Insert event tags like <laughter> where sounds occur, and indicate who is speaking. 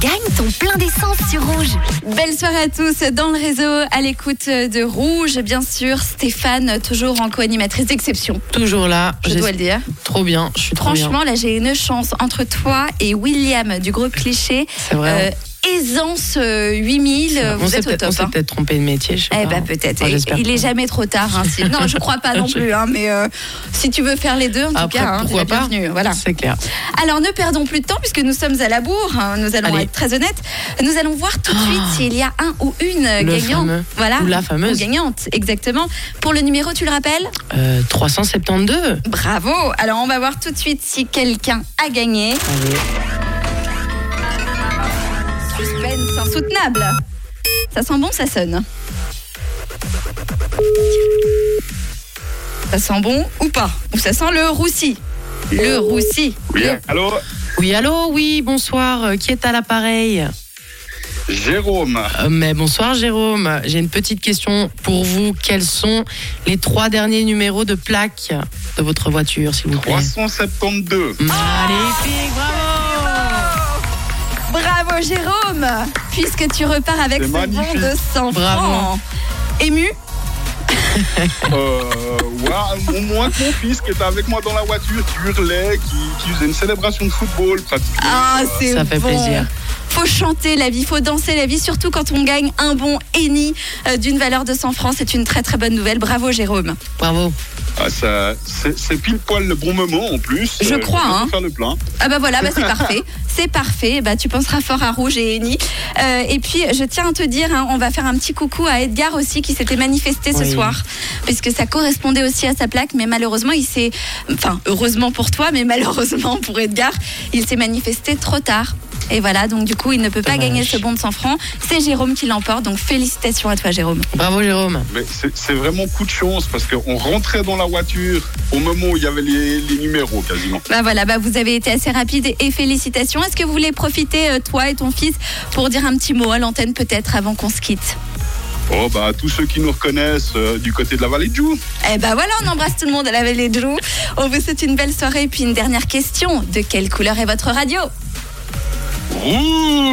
Speaker 1: Gagne ton plein d'essence sur Rouge.
Speaker 2: Belle soirée à tous dans le réseau, à l'écoute de Rouge, bien sûr. Stéphane, toujours en co-animatrice d'exception,
Speaker 3: Toujours là.
Speaker 2: je
Speaker 3: J'ai-
Speaker 2: dois le dire.
Speaker 3: Trop bien. Je suis trop bien.
Speaker 2: Franchement, là, j'ai une chance entre toi et William du groupe Cliché.
Speaker 3: C'est vrai. hein.
Speaker 2: Euh, aisance euh, 8000, euh,
Speaker 3: on
Speaker 2: vous
Speaker 3: s'est
Speaker 2: êtes au
Speaker 3: peut-être on
Speaker 2: top.
Speaker 3: s'est
Speaker 2: hein.
Speaker 3: peut-être trompé de métier. Je sais
Speaker 2: Eh
Speaker 3: pas.
Speaker 2: ben peut-être.
Speaker 3: Enfin,
Speaker 2: Il-
Speaker 3: j'espère
Speaker 2: il
Speaker 3: pas.
Speaker 2: est jamais trop tard. hein, si- Non, je crois
Speaker 3: <laughs>
Speaker 2: pas non plus. hein, mais euh, si tu veux faire les deux, en tout
Speaker 3: Après,
Speaker 2: cas, hein, t'es
Speaker 3: pourquoi
Speaker 2: la
Speaker 3: pas
Speaker 2: bienvenue, Voilà.
Speaker 3: Ah, C'est clair.
Speaker 2: Alors ne perdons plus de temps puisque nous sommes à la bourre, hein, nous allons
Speaker 3: Allez. Oh.
Speaker 2: être très honnêtes. Nous allons voir tout de suite s'il y a un ou une euh,
Speaker 3: Le
Speaker 2: gagnant.
Speaker 3: fameux.
Speaker 2: Voilà.
Speaker 3: Ou la fameuse.
Speaker 2: Ou gagnante, exactement. Pour le numéro, tu le rappelles
Speaker 3: Euh, 372.
Speaker 2: Bravo Alors on va voir tout de suite si quelqu'un a gagné.
Speaker 3: Allez.
Speaker 2: Suspense insoutenable. Ça sent bon, ça sonne. Ça sent bon ou pas Ou ça sent le roussi Le roussi.
Speaker 4: Oui, allô,
Speaker 3: Oui, allô, oui, bonsoir. Euh, Qui est à l'appareil
Speaker 4: Jérôme.
Speaker 3: Euh, Mais bonsoir, Jérôme. J'ai une petite question pour vous. Quels sont les trois derniers numéros de plaque de votre voiture, s'il vous
Speaker 2: <laughs>
Speaker 3: plaît
Speaker 4: 372.
Speaker 3: Magnifique, bravo
Speaker 2: Bravo Jérôme Puisque tu repars avec
Speaker 4: C'est
Speaker 2: ce bon
Speaker 4: magnifique.
Speaker 2: de 100
Speaker 3: Bravo.
Speaker 2: francs. Ému
Speaker 4: Euh, ouais, au moins que mon fils qui était avec moi dans la voiture, qui hurlait, qui, qui faisait une célébration de football pratiquement.
Speaker 2: Ah, c'est
Speaker 3: Ça fait
Speaker 2: bon.
Speaker 3: plaisir.
Speaker 2: Faut chanter la vie, faut danser la vie, surtout quand on gagne un bon Eni euh, d'une valeur de 100 francs. C'est une très très bonne nouvelle. Bravo Jérôme.
Speaker 3: Bravo.
Speaker 4: Ah, ça, c'est c'est pile poil le bon moment en plus.
Speaker 2: Je
Speaker 4: Euh,
Speaker 2: crois,
Speaker 4: j'ai
Speaker 2: hein.
Speaker 4: pu Faire le plein.
Speaker 2: Ah bah voilà, bah c'est
Speaker 3: <laughs>
Speaker 2: parfait. C'est parfait. Bah tu penseras fort à Rouge et Eni. Euh, et puis je tiens à te dire, hein, on va faire un petit coucou à Edgar aussi qui s'était manifesté ce
Speaker 3: Oui.
Speaker 2: soir, puisque ça correspondait aussi à sa plaque, mais malheureusement il s'est, enfin heureusement pour toi, mais malheureusement <laughs> pour Edgar, il s'est manifesté trop tard. Et voilà, donc du coup il ne peut pas
Speaker 3: Dommage.
Speaker 2: gagner ce bon de 100 francs. C'est Jérôme qui l'emporte, donc félicitations à toi Jérôme.
Speaker 3: Bravo, Jérôme.
Speaker 4: Mais c'est c'est vraiment coup de chance parce qu'on rentrait dans la voiture au moment où il y avait les, les numéros quasiment.
Speaker 2: Bah voilà, bah vous avez été assez rapide et félicitations. Est-ce que vous voulez profiter, euh, toi et ton fils, pour dire un petit mot à l'antenne peut-être avant qu'on se quitte
Speaker 4: Oh bah tous ceux qui nous reconnaissent euh, du côté de la vallée de Joux.
Speaker 2: Eh ben voilà, on embrasse tout le monde à la Vallée de Joux. On vous souhaite une belle soirée et puis une dernière question. De quelle couleur est votre radio
Speaker 4: Rouh